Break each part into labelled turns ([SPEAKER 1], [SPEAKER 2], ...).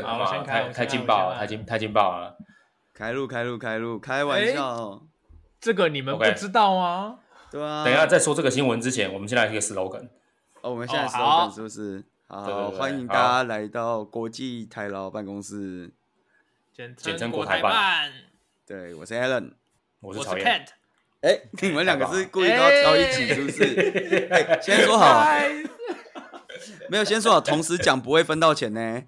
[SPEAKER 1] 了，
[SPEAKER 2] 好
[SPEAKER 1] 好不好
[SPEAKER 2] 我先开
[SPEAKER 1] 太太
[SPEAKER 2] 我先开
[SPEAKER 1] 劲
[SPEAKER 2] 我
[SPEAKER 1] 爆了，
[SPEAKER 2] 先
[SPEAKER 1] 太
[SPEAKER 2] 开
[SPEAKER 1] 劲太劲爆了。
[SPEAKER 3] 开路开路开路，开玩
[SPEAKER 2] 哎
[SPEAKER 3] 笑哦，
[SPEAKER 2] 这个你们不
[SPEAKER 1] OK
[SPEAKER 2] 知道吗？
[SPEAKER 3] 对啊。
[SPEAKER 1] 等一下在说这个新闻之前，我们先来一个 slogan。
[SPEAKER 3] 哦，我们现在
[SPEAKER 2] 哦
[SPEAKER 3] s
[SPEAKER 2] 好
[SPEAKER 3] l 是不是？好，
[SPEAKER 1] 对对对
[SPEAKER 3] 欢迎大家来到国际台劳办公室。
[SPEAKER 2] 简
[SPEAKER 1] 简
[SPEAKER 2] 称
[SPEAKER 1] 称
[SPEAKER 2] 国
[SPEAKER 1] 国
[SPEAKER 2] 台
[SPEAKER 1] 台
[SPEAKER 2] 办，
[SPEAKER 3] 对，我是 Alan。
[SPEAKER 1] 我
[SPEAKER 2] 我
[SPEAKER 1] 是
[SPEAKER 2] 是
[SPEAKER 1] 曹燕，
[SPEAKER 2] Cat，
[SPEAKER 3] 哎、你们两个是故意都要到一起，是不是？哎、先说
[SPEAKER 1] 啊
[SPEAKER 3] 好，没有先说好，同时讲不会分到钱呢，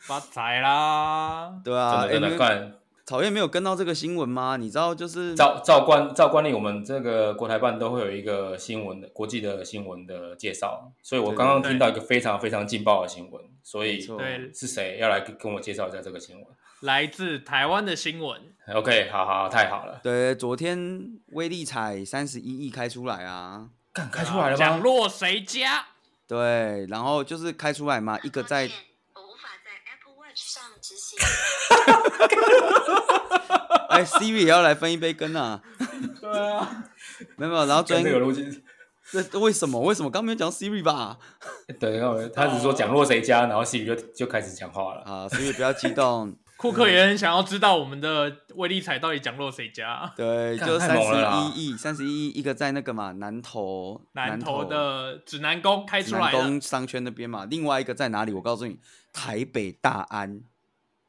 [SPEAKER 2] 发财啦！
[SPEAKER 3] 对啊，
[SPEAKER 1] 真的真的，
[SPEAKER 3] 哎你们
[SPEAKER 1] 看
[SPEAKER 3] 草燕没有跟到这个新闻吗？你知道就是
[SPEAKER 1] 照照惯照惯例，我们这个国台办都会有一个新闻的国际的新闻的介绍，所以我
[SPEAKER 3] 对
[SPEAKER 1] 刚刚
[SPEAKER 2] 对
[SPEAKER 1] 听到一个非常非常劲爆的新闻，所
[SPEAKER 3] 没
[SPEAKER 1] 以
[SPEAKER 3] 错，
[SPEAKER 2] 对，
[SPEAKER 1] 是谁要来跟跟我介绍一下这个新闻
[SPEAKER 2] 来自台湾的新闻，
[SPEAKER 1] ？OK，好好，太好了，
[SPEAKER 3] 对，昨天威力彩三十一亿开出来啊，
[SPEAKER 1] 干开出来了
[SPEAKER 2] 讲
[SPEAKER 1] 吗？
[SPEAKER 2] 落谁家？
[SPEAKER 3] 对，然后就是开出来嘛，一个在
[SPEAKER 4] 抱歉我无法在 Apple Watch 上执行。
[SPEAKER 3] 哎 Siri 也要来分一杯羹啊，
[SPEAKER 2] 对啊，
[SPEAKER 3] 没有没有，然后昨
[SPEAKER 1] 真的有
[SPEAKER 3] 天
[SPEAKER 1] 路径，
[SPEAKER 3] 这为什么为什么刚没有讲 Siri 吧？
[SPEAKER 1] 对，他只说讲落谁家，然后细雨就就开始讲话了。
[SPEAKER 3] 啊，Siri 不要激 动，
[SPEAKER 2] 库克也很想要知道我们的威力彩到底讲落谁家？
[SPEAKER 3] 对，
[SPEAKER 1] 干
[SPEAKER 3] 就
[SPEAKER 1] 太
[SPEAKER 3] 三
[SPEAKER 1] 猛了
[SPEAKER 3] 十
[SPEAKER 1] 啦
[SPEAKER 3] 一亿，三十一亿，一个在那个嘛南投
[SPEAKER 2] 南投
[SPEAKER 3] 投
[SPEAKER 2] 的指南宫开出
[SPEAKER 3] 南
[SPEAKER 2] 来了，
[SPEAKER 3] 宫商圈那边嘛，另外一个在哪里？我告诉你，台北大安。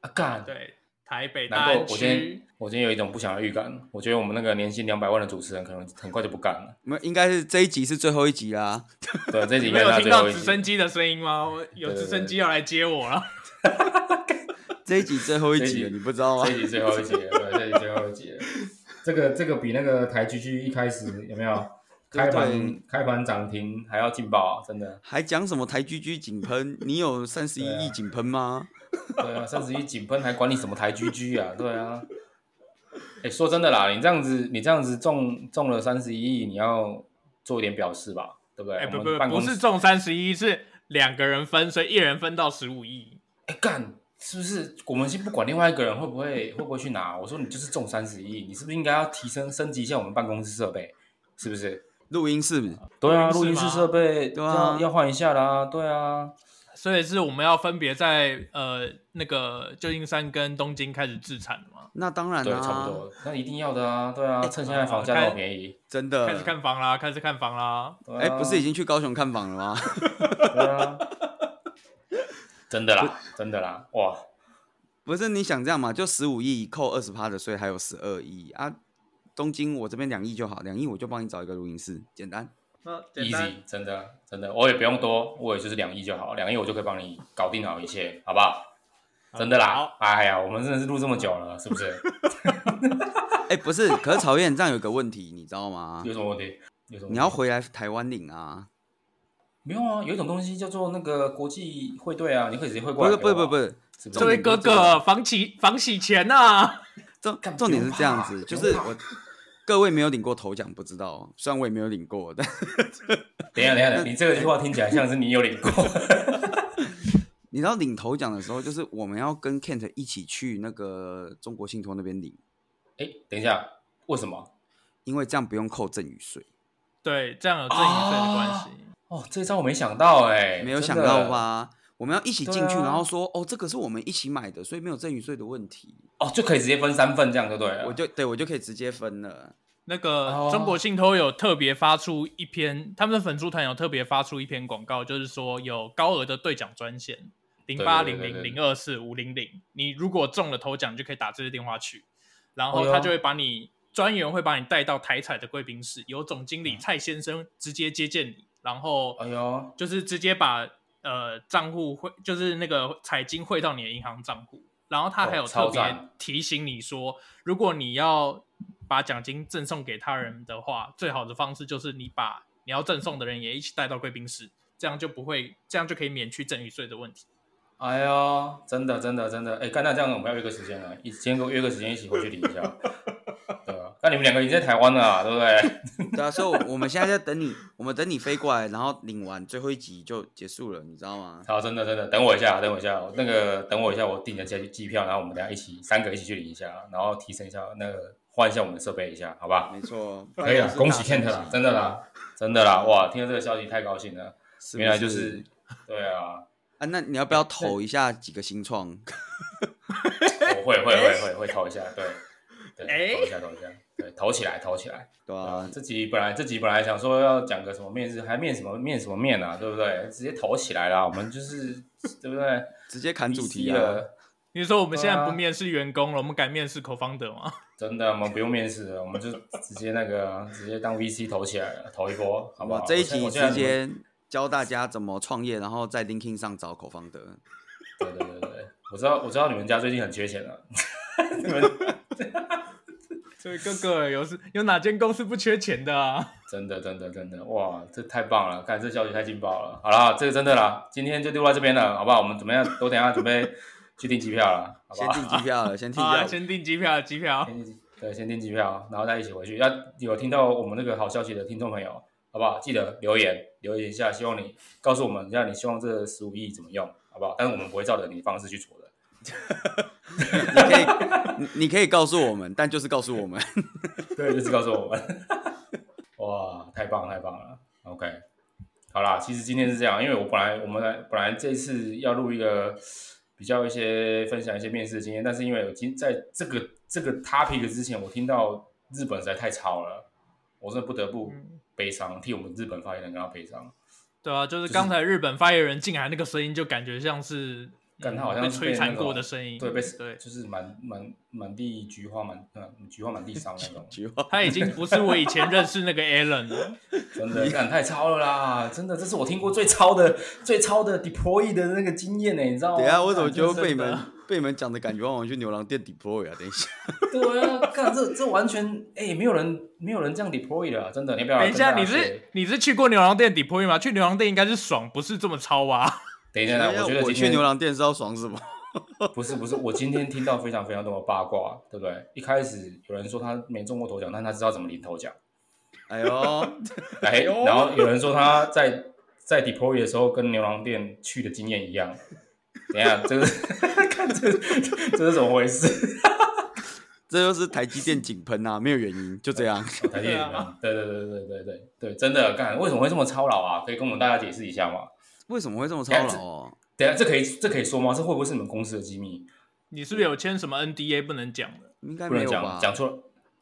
[SPEAKER 1] 啊干，
[SPEAKER 2] 对，台北大
[SPEAKER 1] 难怪
[SPEAKER 2] 安
[SPEAKER 1] 我今天
[SPEAKER 2] 区，
[SPEAKER 1] 我今天有一种不祥的预感，我觉得我们那个年薪两百万的主持人可能很快就不干了。
[SPEAKER 3] 没有，应该是这一集是最后一集啦。
[SPEAKER 1] 对，这
[SPEAKER 2] 你
[SPEAKER 1] 几
[SPEAKER 2] 们
[SPEAKER 1] 个
[SPEAKER 2] 有
[SPEAKER 1] 他
[SPEAKER 2] 听
[SPEAKER 1] 最
[SPEAKER 2] 到
[SPEAKER 1] 后一
[SPEAKER 2] 直
[SPEAKER 1] 集，
[SPEAKER 2] 升机的声音吗？我有
[SPEAKER 1] 对对
[SPEAKER 2] 直升机要来接我了。
[SPEAKER 3] 这一集最后一
[SPEAKER 1] 这一
[SPEAKER 3] 集了，
[SPEAKER 1] 集
[SPEAKER 3] 你不知道吗
[SPEAKER 1] 这？集最后一集了，对，这集最后一集了。这个这个比那个台 GG 一开始有没有
[SPEAKER 3] 对
[SPEAKER 1] 开
[SPEAKER 3] 对
[SPEAKER 1] 盘开盘涨停还要劲爆、啊真的。
[SPEAKER 3] 还讲什么台居居井喷？你有三十一
[SPEAKER 1] 对啊
[SPEAKER 3] 亿井喷吗？
[SPEAKER 1] 对啊，三十一井喷还管你什么台 GG 啊？对啊。哎、说真的啦，你这样子，你这样子中中了三十一亿，你要做一点表示吧，对不对？
[SPEAKER 2] 哎，不
[SPEAKER 1] 我
[SPEAKER 2] 不
[SPEAKER 1] 们办
[SPEAKER 2] 不
[SPEAKER 1] 公
[SPEAKER 2] 是
[SPEAKER 1] 室
[SPEAKER 2] 中三十一，是两个人分，所以一人分到十五亿。
[SPEAKER 1] 哎干，是不是？我们先不管另外一个人会不会会不会去拿，我说你就是中三十亿，你是不是应该要提升升级一下我们办公室设备？是不是？
[SPEAKER 3] 录音室
[SPEAKER 1] 对啊，
[SPEAKER 2] 录
[SPEAKER 1] 录
[SPEAKER 2] 音
[SPEAKER 1] 音
[SPEAKER 2] 室
[SPEAKER 1] 室
[SPEAKER 2] 吗
[SPEAKER 1] 设备
[SPEAKER 3] 对啊
[SPEAKER 1] 要要换一下啦，对啊，
[SPEAKER 2] 所以是我们要分别在呃那个旧金山跟东京开始制产的嘛，
[SPEAKER 3] 那当然
[SPEAKER 1] 对，
[SPEAKER 3] 啦、
[SPEAKER 1] 差不多，那一定要的啊，对
[SPEAKER 3] 哎
[SPEAKER 1] 啊，趁现在房价
[SPEAKER 2] 好
[SPEAKER 1] 那
[SPEAKER 2] 看
[SPEAKER 1] 么便宜，
[SPEAKER 3] 真
[SPEAKER 2] 开始
[SPEAKER 3] 的。
[SPEAKER 2] 看房啦，开始看房啦。
[SPEAKER 1] 对啊
[SPEAKER 3] 哎、不是已经去高雄看房了吗？
[SPEAKER 1] 对啊，真的啦，真的啦，哇，
[SPEAKER 3] 不是，你想这样嘛？就十五亿扣二十趴的税，还有十二亿啊。东京我这边两亿就好，两亿我就帮你找一个录音室，简单。
[SPEAKER 2] 那简单
[SPEAKER 1] easy，真的真的，我也不用多，我也就是两亿就好，两亿我就可以帮你搞定好一切，好不好？真的啦
[SPEAKER 2] 好，
[SPEAKER 1] 哎呀，我们真的是录这么久了，是 不是？
[SPEAKER 3] 哎、不是，可是曹燕这样有个问题，你知道吗？
[SPEAKER 1] 有什么问题？有什么问题？
[SPEAKER 3] 你要回来台湾领啊。
[SPEAKER 1] 没有啊？有一种东西叫做那个国际汇兑啊，你可以直接汇
[SPEAKER 3] 不
[SPEAKER 1] 过来
[SPEAKER 3] 是，
[SPEAKER 1] 给
[SPEAKER 3] 不
[SPEAKER 1] 我
[SPEAKER 3] 是，
[SPEAKER 1] 啊。
[SPEAKER 3] 不是，不是。
[SPEAKER 1] 是不
[SPEAKER 2] 这
[SPEAKER 1] 是
[SPEAKER 2] 位哥哥，房起房起钱呐、啊！
[SPEAKER 3] 重
[SPEAKER 1] 干
[SPEAKER 3] 重点
[SPEAKER 1] 不用
[SPEAKER 3] 是
[SPEAKER 1] 怕
[SPEAKER 3] 这样子，
[SPEAKER 1] 不
[SPEAKER 3] 就
[SPEAKER 1] 用
[SPEAKER 3] 是
[SPEAKER 1] 怕
[SPEAKER 3] 我各位没有领过头奖不知道，虽然我也没有领过，但
[SPEAKER 1] 等一下，等一下，等一下你这个句话听起来像是你有领 过。
[SPEAKER 3] 你知道领头奖的时候，就是我们要跟 Kent 一起去那个中国信托那边领，
[SPEAKER 1] 哎、等一下，为什么？
[SPEAKER 3] 因为这样不用扣赠与税。
[SPEAKER 2] 对，这样有赠与税的关系。
[SPEAKER 1] 哦，这招我没想到哎、
[SPEAKER 3] 没有
[SPEAKER 1] 真
[SPEAKER 3] 想
[SPEAKER 1] 的
[SPEAKER 3] 到？吧？我们要一起进去，
[SPEAKER 1] 对啊
[SPEAKER 3] 然后说哦，这个是我们一起买的，所以没有赠与税的问题。
[SPEAKER 1] 哦，就可以直接分三份这样就对了。
[SPEAKER 3] 我就对我就可以直接分了。
[SPEAKER 2] 那个
[SPEAKER 1] 哦
[SPEAKER 2] 中国信托有特别发出一篇，他们的粉丝团有特别发出一篇广告，就是说有高额的兑奖专线零八零零零二四五零零，你如果中了头奖，你就可以打这个电话去，然后
[SPEAKER 1] 哦哟
[SPEAKER 2] 他就会把你专员会把你带到台彩的贵宾室，由总经理蔡先生直接接见你，然后
[SPEAKER 1] 嗯哎呦，
[SPEAKER 2] 就是直接把呃账户汇，就是那个彩金汇到你的银行账户，然后他还有
[SPEAKER 1] 哦
[SPEAKER 2] 特
[SPEAKER 1] 超
[SPEAKER 2] 别
[SPEAKER 1] 赞
[SPEAKER 2] 提醒你说，如果你要把奖金赠送给他人的话，最好的方式就是你把你要赠送的人也一起带到贵宾室，这样就不会，这样就可以免去赠与税的问题。
[SPEAKER 1] 哎呦，真的真的真的，哎、干那这样我们要约个时间了，一先给我约个时间一起回去领一下。 对啊，那你们两个已经在台湾了啊、对不对？
[SPEAKER 3] 对啊，所以我我们现在在等你， 我们等你飞过来，然后领完最后一集就结束了，你知道吗？
[SPEAKER 1] 好，真的真的，等我一下，等我一下，那个等我一下，我订了机机票，然后我们等一下一起三个一起去领一下，然后提升一下那个换一下我们的设备一下，好吧？
[SPEAKER 3] 没错，
[SPEAKER 1] 可以
[SPEAKER 3] 办公
[SPEAKER 1] 了，
[SPEAKER 3] 室
[SPEAKER 1] 恭
[SPEAKER 3] 大
[SPEAKER 1] 喜
[SPEAKER 3] 升
[SPEAKER 1] Kent 啦
[SPEAKER 3] 级，
[SPEAKER 1] 真的啦，真的啦，哇，听到这个消息太高兴了，
[SPEAKER 3] 是不
[SPEAKER 1] 原来就是是，对啊，
[SPEAKER 3] 啊，那你要不要投一下几个新创？
[SPEAKER 1] 我会会会会会投一下，对
[SPEAKER 2] 哎
[SPEAKER 1] 对，投一下投一下，对，投起来投起来。
[SPEAKER 3] 对
[SPEAKER 1] 啊
[SPEAKER 3] 啊，，
[SPEAKER 1] 这集本来这集本来想说要讲个什么面试，还面什么面什么面啊，对不对？直接投起来啦，我们就是对不对？
[SPEAKER 3] 直接砍主题
[SPEAKER 1] VC
[SPEAKER 3] 啊！
[SPEAKER 1] 了，
[SPEAKER 2] 你说我们现在不
[SPEAKER 1] 对啊
[SPEAKER 2] 面试员工了，我们改面试 co-founder 吗？
[SPEAKER 1] 真的，我们不用面试了，我们就直接那个 啊直接当 VC 投起来了，投一波，好
[SPEAKER 3] 好
[SPEAKER 1] 不好
[SPEAKER 3] 吧，？这一
[SPEAKER 1] 我现在
[SPEAKER 3] 集
[SPEAKER 1] 我现在
[SPEAKER 3] 直接教大家怎么创业，然后在 LinkedIn 上找口方德。
[SPEAKER 1] 对对对对对，我知道我知道你们家最近很缺钱了，你们
[SPEAKER 2] 所以哥哥有是有哪间公司不缺钱的啊？
[SPEAKER 1] 真的真的真的哇，这太棒了，看这消息太劲爆了。好啦，这个真的啦，今天就丢到这边了，好不好？我们怎么样都等一下准备去订机票了，好不
[SPEAKER 3] 先
[SPEAKER 1] 好？
[SPEAKER 3] 订机票了，先订
[SPEAKER 2] 好
[SPEAKER 3] 机票
[SPEAKER 2] 啊，
[SPEAKER 3] 了。
[SPEAKER 2] 先订机票，机票。
[SPEAKER 1] 先订对，先订机票，然后再一起回去。要有听到我们那个好消息的听众朋友，好不好？记得留言留言一下，希望你告诉我们，让你希望这十五亿怎么用，好不好？但是我们不会照着你方式去做的。
[SPEAKER 3] 你可以，你你可以告诉我们，但就是告诉 我们。 ，
[SPEAKER 1] 对，就是告诉我们。 哇，太棒了太棒了，OK。好啦，其实今天是这样，因为我本来我们来本来这次要录一个比较一些分享一些面试的经验，但是因为我今在这个这个 topic 之前，我听到日本实在太吵了，我真的不得不
[SPEAKER 2] 嗯
[SPEAKER 1] 悲伤，替我们日本发言人跟他悲伤。
[SPEAKER 2] 对啊，就是刚才日本发言人进来那个声音，就感觉像是，
[SPEAKER 1] 但
[SPEAKER 2] 嗯
[SPEAKER 1] 他好像
[SPEAKER 2] 被
[SPEAKER 1] 是
[SPEAKER 2] 摧
[SPEAKER 1] 那
[SPEAKER 2] 残
[SPEAKER 1] 种
[SPEAKER 2] 过的声音，
[SPEAKER 1] 对，被
[SPEAKER 2] 嗯对，
[SPEAKER 1] 就是满满满地菊花满呃菊花满地伤那种
[SPEAKER 3] 菊花，
[SPEAKER 2] 他已经不是我以前认识那个 Alan 了。
[SPEAKER 1] 真的，干太超了啦！真的，这是我听过最超的、最超的 deploy 的那个经验呢、你知道吗？
[SPEAKER 3] 等一下我怎么觉得
[SPEAKER 1] 干
[SPEAKER 3] 被你？
[SPEAKER 1] 哦真
[SPEAKER 3] 们
[SPEAKER 1] 的
[SPEAKER 3] 被你们讲的感觉，让我去牛郎店 deploy 啊？等一下，
[SPEAKER 1] 对啊，看这这完全哎、没有人没有人这样 deploy 的啊、真的。你要不要？
[SPEAKER 2] 等一下，你是？你是去过牛郎店 deploy 吗？去牛郎店应该是爽，不是这么超啊。
[SPEAKER 1] 等一下，
[SPEAKER 3] 等
[SPEAKER 1] 我
[SPEAKER 3] 一
[SPEAKER 1] 觉
[SPEAKER 3] 下
[SPEAKER 1] 得
[SPEAKER 3] 哎我
[SPEAKER 1] 今
[SPEAKER 3] 去
[SPEAKER 1] 天
[SPEAKER 3] 牛郎店是要爽什么？
[SPEAKER 1] 不是不是，我今天听到非常非常多的八卦，对不对？一开始有人说他没中过头奖，但他知道怎么领头 奖。
[SPEAKER 3] 哎呦，
[SPEAKER 1] 哎，
[SPEAKER 3] 呦
[SPEAKER 1] 然后有人说他在在 deploy 的时候跟牛郎店去的经验一样。等一下，这是 看这这是怎么回事？
[SPEAKER 3] 这就是台积电井喷啊，没有原因，就 这样。
[SPEAKER 1] 台积电啊，对对对对对对对，真的干，为什么会这么操劳啊？可以跟我们大家解释一下吗？
[SPEAKER 3] 为什么会这么操劳 哦？
[SPEAKER 1] 等一下，这可以这可以说吗？这会不会是你们公司的机密？
[SPEAKER 2] 你是不是有签什么 NDA 不能讲的？
[SPEAKER 3] 应该
[SPEAKER 1] 不
[SPEAKER 3] 没
[SPEAKER 1] 能
[SPEAKER 3] 有
[SPEAKER 1] 讲
[SPEAKER 3] 吧？
[SPEAKER 1] 讲出来。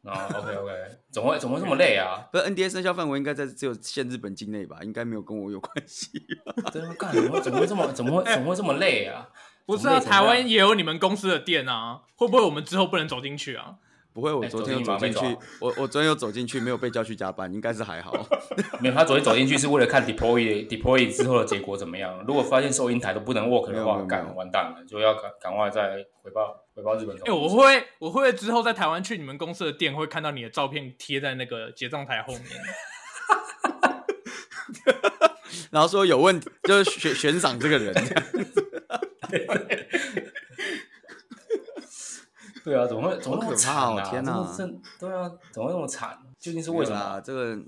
[SPEAKER 1] 啊、o k OK，怎么会怎么会这么累啊？
[SPEAKER 3] 不是 NDA 生效范围应该在只有限日本境内吧？应该没有跟我有关系。
[SPEAKER 1] 对啊，干怎么会怎么会这么怎么会怎么会这么累啊？
[SPEAKER 2] 不是
[SPEAKER 1] 怎么
[SPEAKER 2] 啊，
[SPEAKER 1] 会这样
[SPEAKER 2] 台湾也有你们公司的店啊，会不会我们之后不能走进去啊？
[SPEAKER 3] 不会，我
[SPEAKER 1] 哎
[SPEAKER 3] 昨天有走
[SPEAKER 1] 昨天
[SPEAKER 3] 进
[SPEAKER 1] 你
[SPEAKER 3] 去
[SPEAKER 1] 马上被，啊
[SPEAKER 3] 我我昨天有走进去，没有被叫去加班，应该是还好。
[SPEAKER 1] 没有，他昨天走进去是为了看 deploy deploy 之后的结果怎么样。如果发现收银台都不能 work 的
[SPEAKER 3] 没有没
[SPEAKER 1] 话，
[SPEAKER 3] 有没
[SPEAKER 1] 赶
[SPEAKER 3] 有
[SPEAKER 1] 完蛋了，就要赶赶快再回报回报日本总部。
[SPEAKER 2] 哎、我会，我会之后在台湾去你们公司的店，会看到你的照片贴在那个结账台后 面。
[SPEAKER 3] 然后说有问 题，就是悬悬赏这个人，
[SPEAKER 1] 对啊，怎么会怎么会那么惨
[SPEAKER 3] 好可怕
[SPEAKER 1] 啊？
[SPEAKER 3] 哦天哪
[SPEAKER 1] 哪，真对啊，怎么会那么惨？究竟是为什
[SPEAKER 3] 对啦
[SPEAKER 1] 么？
[SPEAKER 3] 这个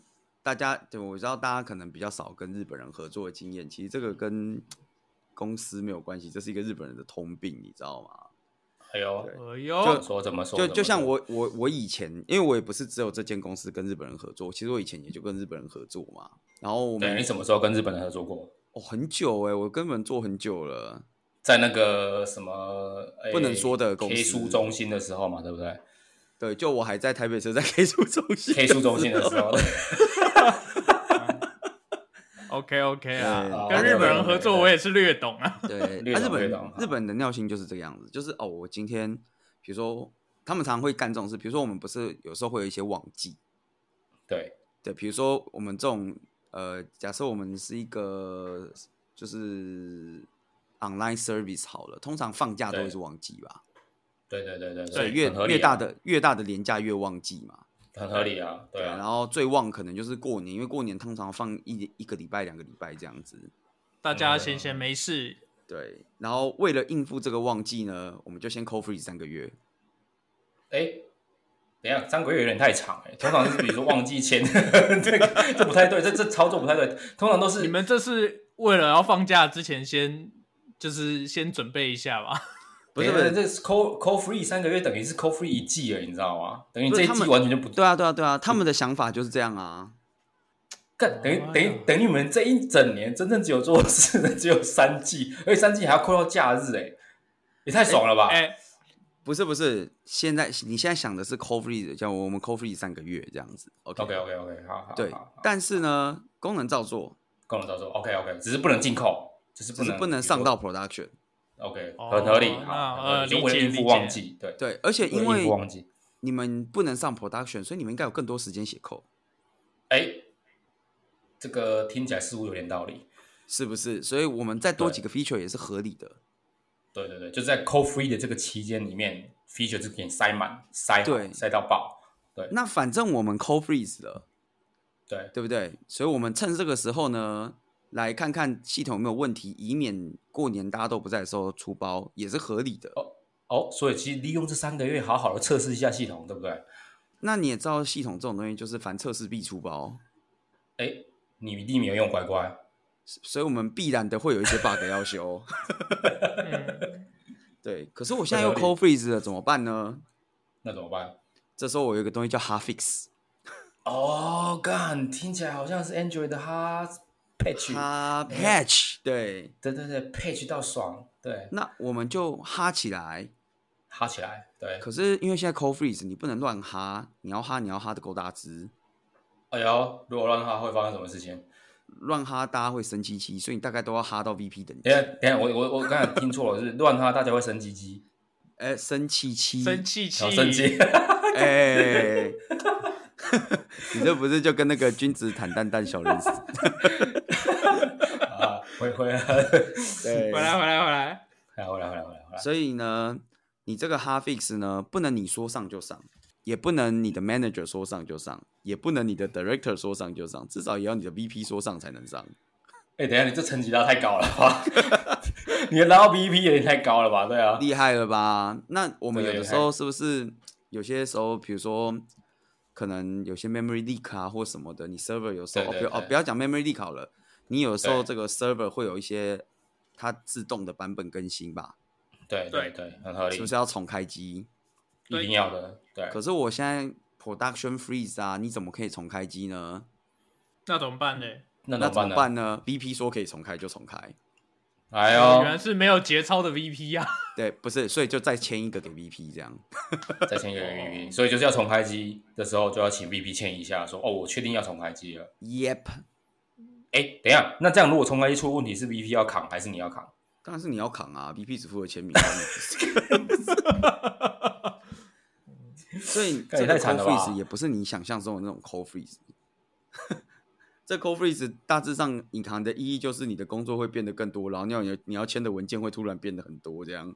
[SPEAKER 3] 大家，对我知道大家可能比较少跟日本人合作的经验，其实这个跟公司没有关系，这是一个日本人的通病，你知道吗？
[SPEAKER 1] 哎呦，
[SPEAKER 2] 哎
[SPEAKER 1] 就
[SPEAKER 2] 呦，
[SPEAKER 1] 说怎么说？
[SPEAKER 3] 哦就
[SPEAKER 1] 怎么
[SPEAKER 3] 就像
[SPEAKER 1] 说
[SPEAKER 3] 我我我以前，因为我也不是只有这间公司跟日本人合作，其实我以前也就跟日本人合作嘛。然后我
[SPEAKER 1] 对，你
[SPEAKER 3] 们
[SPEAKER 1] 什么时候跟日本人合作过？
[SPEAKER 3] 哦很久哎、我跟日本人做很久了，
[SPEAKER 1] 在那个什么、哎
[SPEAKER 3] 不能说的公司
[SPEAKER 1] K 书中心的时候嘛，对不 对
[SPEAKER 3] 对，就我还在台北车站 K 书中心
[SPEAKER 1] ？K 书中心的时候，
[SPEAKER 2] OK OK 啊，
[SPEAKER 1] 对哦
[SPEAKER 2] 跟日本人合作
[SPEAKER 1] 对对对
[SPEAKER 2] 我也是略懂啊。
[SPEAKER 3] 对，
[SPEAKER 1] 略
[SPEAKER 3] 那、日
[SPEAKER 1] 懂
[SPEAKER 3] 本
[SPEAKER 1] 略
[SPEAKER 3] 人
[SPEAKER 1] 懂
[SPEAKER 3] 日本人的尿性就是这个样子，就是哦，我今天比如说他们常常会干这种事，比如说我们不是有时候会有一些旺季，
[SPEAKER 1] 对，
[SPEAKER 3] 对，比如说我们这种呃，假设我们是一个就是 online service 好了，通常放假都
[SPEAKER 1] 对
[SPEAKER 3] 会是旺季吧，
[SPEAKER 1] 对对对对
[SPEAKER 2] 对
[SPEAKER 1] 对，
[SPEAKER 3] 越、
[SPEAKER 1] 很合理、啊，
[SPEAKER 3] 越大的越大的廉价越旺季嘛，
[SPEAKER 1] 很合理啊，对
[SPEAKER 3] 然
[SPEAKER 1] 啊，
[SPEAKER 3] 后最旺可能就是过年，因为过年通常放一一个礼拜两个礼拜这样子，
[SPEAKER 2] 大家闲
[SPEAKER 1] 嗯
[SPEAKER 2] 闲没事，
[SPEAKER 3] 对，然后为了应付这个旺季呢，我们就先 c o free 三个月。
[SPEAKER 1] 哎、等一下，三个月有点太长哎、通常是比如说忘记签， 这个这不太对，这这操作不太对，通常都是
[SPEAKER 2] 你们这是为了要放假之前先就是先准备一下吧。
[SPEAKER 3] 不是
[SPEAKER 1] 等
[SPEAKER 3] 不
[SPEAKER 1] 一下
[SPEAKER 3] 是，
[SPEAKER 1] 这是 call call free 三个月等于是 call free 一季了，你知道吗？等于
[SPEAKER 3] 不
[SPEAKER 1] 这
[SPEAKER 3] 是
[SPEAKER 1] 一
[SPEAKER 3] 他
[SPEAKER 1] 季
[SPEAKER 3] 们
[SPEAKER 1] 完全就不
[SPEAKER 3] 对啊，对啊，对啊，他们的想法就是这样啊。
[SPEAKER 1] 干等于
[SPEAKER 2] 哦
[SPEAKER 1] 等于等于你们这一整年真正只有做事的只有三季，而且三季还要扣到假日、哎，也太爽了吧！
[SPEAKER 2] 哎，
[SPEAKER 3] 不是不是，现在你现在想的是 c o free 的，像我们 c o free 三个月这样子。OK
[SPEAKER 1] OK OK OK，好好好，
[SPEAKER 3] 对
[SPEAKER 1] 好，
[SPEAKER 3] 但是呢，功能照做，
[SPEAKER 1] 跟我们照说 OK OK，只是不能进扣，只是不
[SPEAKER 3] 只是
[SPEAKER 1] 能
[SPEAKER 3] 不能上到 production。
[SPEAKER 1] OK，
[SPEAKER 2] 哦
[SPEAKER 1] 很合理，好
[SPEAKER 2] 那
[SPEAKER 1] 很合
[SPEAKER 2] 呃
[SPEAKER 1] 理，就
[SPEAKER 2] 理
[SPEAKER 1] 为了
[SPEAKER 2] 解
[SPEAKER 1] 应付
[SPEAKER 2] 理
[SPEAKER 1] 旺
[SPEAKER 2] 解
[SPEAKER 1] 季，对
[SPEAKER 3] 对，而且因
[SPEAKER 1] 为了
[SPEAKER 3] 为
[SPEAKER 1] 应付旺季，
[SPEAKER 3] 你们不能上 production，所以你们应该有更多时间写 code，
[SPEAKER 1] 哎，这个听起来似乎有点道理。
[SPEAKER 3] 是不是？所以我们再多
[SPEAKER 1] 对
[SPEAKER 3] 几个 feature 也是合理的。
[SPEAKER 1] 对对对，就在 call free 的这个期间里面，feature 就给你塞满、塞
[SPEAKER 3] 对
[SPEAKER 1] 好、塞到爆。
[SPEAKER 3] 那反正我们 c o freeze 了，
[SPEAKER 1] 对，
[SPEAKER 3] 对不对？所以我们趁这个时候呢，来看看系统有没有问题，以免过年大家都不在的时候出包，也是合理的。
[SPEAKER 1] 哦，所以其实利用这三个月好好的测试一下系统，对不对？
[SPEAKER 3] 那你也知道，系统这种东西就是凡测试必出包，
[SPEAKER 1] 哎，你一定没有用乖乖，
[SPEAKER 3] 所以我们必然的会有一些 bug 要修。
[SPEAKER 2] 嗯
[SPEAKER 3] 对，可是我现在又
[SPEAKER 1] 合理
[SPEAKER 3] cold freeze 了，怎么办呢？
[SPEAKER 1] 那怎么办？
[SPEAKER 3] 这时候我有一个东西叫 hard fix。
[SPEAKER 1] 哦，干，听起来好像是 Android 的哈 patch，
[SPEAKER 3] 哈 patch，对，
[SPEAKER 1] 对对对，patch 到爽，对，
[SPEAKER 3] 那我们就哈起来。
[SPEAKER 1] 哈起来，对，
[SPEAKER 3] 可是因为现在 cold freeze，你不能乱哈，你要哈你要哈的够大只，
[SPEAKER 1] 哎呦，如果乱哈会发生什么事情？
[SPEAKER 3] 乱哈大家会生气气，所以你大概都要哈到 VP 等
[SPEAKER 1] 等
[SPEAKER 3] 级
[SPEAKER 1] 一。下等一下，我我我刚才听错了，是乱哈大家会生鸡鸡，
[SPEAKER 3] 哎，生气气，
[SPEAKER 2] 生气气
[SPEAKER 1] 然后，生鸡，
[SPEAKER 3] 哎， 你这不是就跟那个君子坦荡荡小人似
[SPEAKER 1] 啊，回回来，
[SPEAKER 3] 的？
[SPEAKER 2] 回来回来回来，
[SPEAKER 1] 哎回来回来回来回来，
[SPEAKER 3] 所以呢，你这个 hard fix 呢，不能你说上就上，也不能你的 manager 说上就上，也不能你的 director 说上就上，至少也要你的 VP 说上才能上。
[SPEAKER 1] 哎、等一下，你这层级拉太高了吧？ 你的拉到 BP 有点太高了吧？对啊，
[SPEAKER 3] 厉害了吧？那我们有
[SPEAKER 1] 对
[SPEAKER 3] 的
[SPEAKER 1] 厉害
[SPEAKER 3] 时候是不是有些时候，比如说可能有些 memory leak 啊或什么的，你 server 有时候
[SPEAKER 1] 对对
[SPEAKER 3] 哦不要哦
[SPEAKER 1] 对
[SPEAKER 3] 不要讲 memory leak 好了，你有时候
[SPEAKER 1] 对
[SPEAKER 3] 这个 server 会有一些它自动的版本更新吧，
[SPEAKER 1] 对
[SPEAKER 2] 对
[SPEAKER 1] 对对，很合理，
[SPEAKER 3] 是不是要重开机？
[SPEAKER 1] 一定要的，对，
[SPEAKER 3] 可是我现在 production freeze 啊，你怎么可以重开机呢？
[SPEAKER 2] 那怎么办呢？
[SPEAKER 1] 那
[SPEAKER 3] 那
[SPEAKER 1] 怎
[SPEAKER 3] 怎
[SPEAKER 1] 么
[SPEAKER 3] 么
[SPEAKER 1] 办呢？
[SPEAKER 3] 办呢？VP 说可以重开就重开，
[SPEAKER 1] 哎
[SPEAKER 2] 哦原来
[SPEAKER 1] 呦，
[SPEAKER 2] 是没有节操的 VP 啊！
[SPEAKER 3] 对，不是，所以就再签一个给 VP 这样。
[SPEAKER 1] 再签一个 BP，所以就是要重开机的时候就要请 BP 签一下，说哦，我确定要重开机了。
[SPEAKER 3] Yep，
[SPEAKER 1] 哎、等一下，那这样如果重开机出问题，是 BP 要扛还是你要扛？
[SPEAKER 3] 当然是你要扛啊，VP 只负责签名。 所以
[SPEAKER 1] 干也
[SPEAKER 3] 这
[SPEAKER 1] 太
[SPEAKER 3] 个 cold
[SPEAKER 1] 惨了吧
[SPEAKER 3] freeze 也不是你想象中的那种 cold freeze。这 cold freeze 大致上隐含的意义就是你的工作会变得更多，然后你要你要签的文件会突然变得很多，这样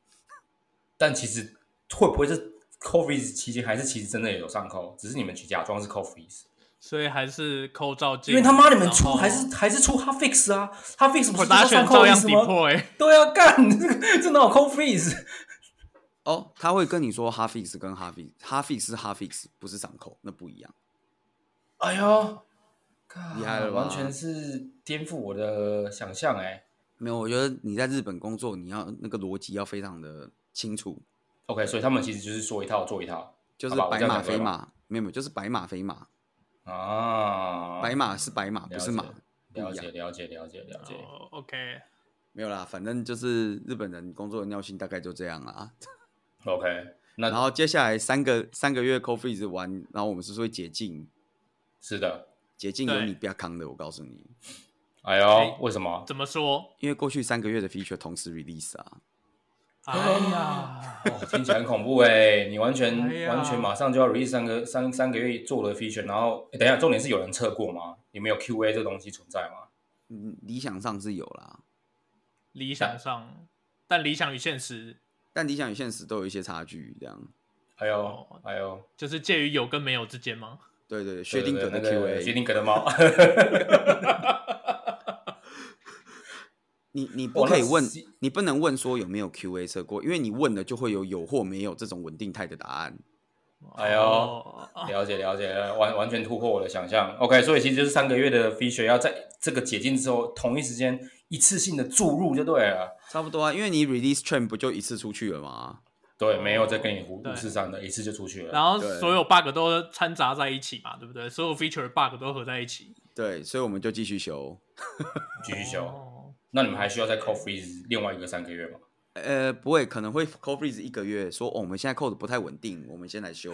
[SPEAKER 1] 但其实会不会是 COVID 期间，还是其实真的有上扣，只是你们去假装是 COVID？
[SPEAKER 2] 所以还是扣照镜，
[SPEAKER 1] 因为他妈你们
[SPEAKER 2] 然
[SPEAKER 1] 出
[SPEAKER 2] 后
[SPEAKER 1] 还是还是出 h fix 啊，h fix 不是都上
[SPEAKER 2] production
[SPEAKER 1] 扣
[SPEAKER 2] 照
[SPEAKER 1] 的意
[SPEAKER 2] 样
[SPEAKER 1] 思吗？
[SPEAKER 2] deploy，
[SPEAKER 1] 对啊，干，这个这哪有 cold freeze？
[SPEAKER 3] 哦，他会跟你说 hard fix 跟 hard fix hard fix 是 hard fix，不是上扣，那不一样。
[SPEAKER 1] 哎呦，
[SPEAKER 3] 厉害了吧
[SPEAKER 1] 完全是颠覆我的想象哎、
[SPEAKER 3] 没有，我觉得你在日本工作，你要那个逻辑要非常的清楚，
[SPEAKER 1] OK，所以他们其实就是说一套做一套
[SPEAKER 3] 就是
[SPEAKER 1] 好吧我
[SPEAKER 3] 白
[SPEAKER 1] 这样
[SPEAKER 3] 马
[SPEAKER 1] 讲对吧
[SPEAKER 3] 非马，没有没有，就是白马非马。
[SPEAKER 1] 啊。
[SPEAKER 3] 白马是白马，
[SPEAKER 1] 了解
[SPEAKER 3] 不是马，不
[SPEAKER 1] 了
[SPEAKER 3] 一
[SPEAKER 1] 解
[SPEAKER 3] 样。
[SPEAKER 1] 了解了解了解。
[SPEAKER 2] 哦 OK，
[SPEAKER 3] 没有啦，反正就是日本人工作的尿性大概就这样啦。
[SPEAKER 1] OK，
[SPEAKER 3] 然
[SPEAKER 1] 那
[SPEAKER 3] 后接下来三个三个月 cold freeze 完，然后我们是不是会解禁，
[SPEAKER 1] 是的。
[SPEAKER 3] 解禁有
[SPEAKER 2] 对
[SPEAKER 3] 你不要扛的，我告诉你，
[SPEAKER 1] 哎
[SPEAKER 2] 哎
[SPEAKER 1] 呦，为什么？
[SPEAKER 2] 怎么说？
[SPEAKER 3] 因为过去三个月的 feature 同时 release 啊，
[SPEAKER 2] 哎呀，
[SPEAKER 1] 哦，听起来很恐怖哎、 你完全、
[SPEAKER 2] 哎呀
[SPEAKER 1] 完全马上就要 release 三个三三个月做的 feature，然后、哎等一下，重点是有人测过吗？你们有 QA 这东西存在吗？
[SPEAKER 3] 嗯，理想上是有啦，
[SPEAKER 2] 理想上，但理想与现实
[SPEAKER 3] 但理想与现实都有一些差距，这样。
[SPEAKER 1] 哎呦
[SPEAKER 2] 哦
[SPEAKER 1] 哎呦，
[SPEAKER 2] 就是介于有跟没有之 间吗？
[SPEAKER 3] 对对，对薛定谔的 QA，
[SPEAKER 1] 薛定谔的 猫，
[SPEAKER 3] 你你不
[SPEAKER 1] 哇
[SPEAKER 3] 可以
[SPEAKER 1] 那
[SPEAKER 3] 问
[SPEAKER 1] 是，
[SPEAKER 3] 你不能问说有没有 QA 测过，因为你问了就会有有或没有这种稳定态的答案。
[SPEAKER 1] 哎呦
[SPEAKER 2] 哦
[SPEAKER 1] 了解了解，完完全突破我的想象。OK，所以其实就是三个月的 feature 要在这个解禁之后，同一时间一次性的注入就对了。
[SPEAKER 3] 差不多啊，因为你 release train 不就一次出去了吗？
[SPEAKER 1] 对，没有再跟你胡
[SPEAKER 2] 对
[SPEAKER 1] 胡四三的，一次就出去了。
[SPEAKER 2] 然后
[SPEAKER 3] 对
[SPEAKER 2] 所有 bug 都掺杂在一起嘛，对不对？所有 feature bug 都合在一起，
[SPEAKER 3] 对，所以我们就继续修。
[SPEAKER 1] 继续修
[SPEAKER 2] 哦
[SPEAKER 1] 那你们还需要再扣 freeze 另外一个三个月吗？
[SPEAKER 3] 呃，不会，可能会 call freeze 一个月，说哦，我们现在扣的不太稳定，我们先来修。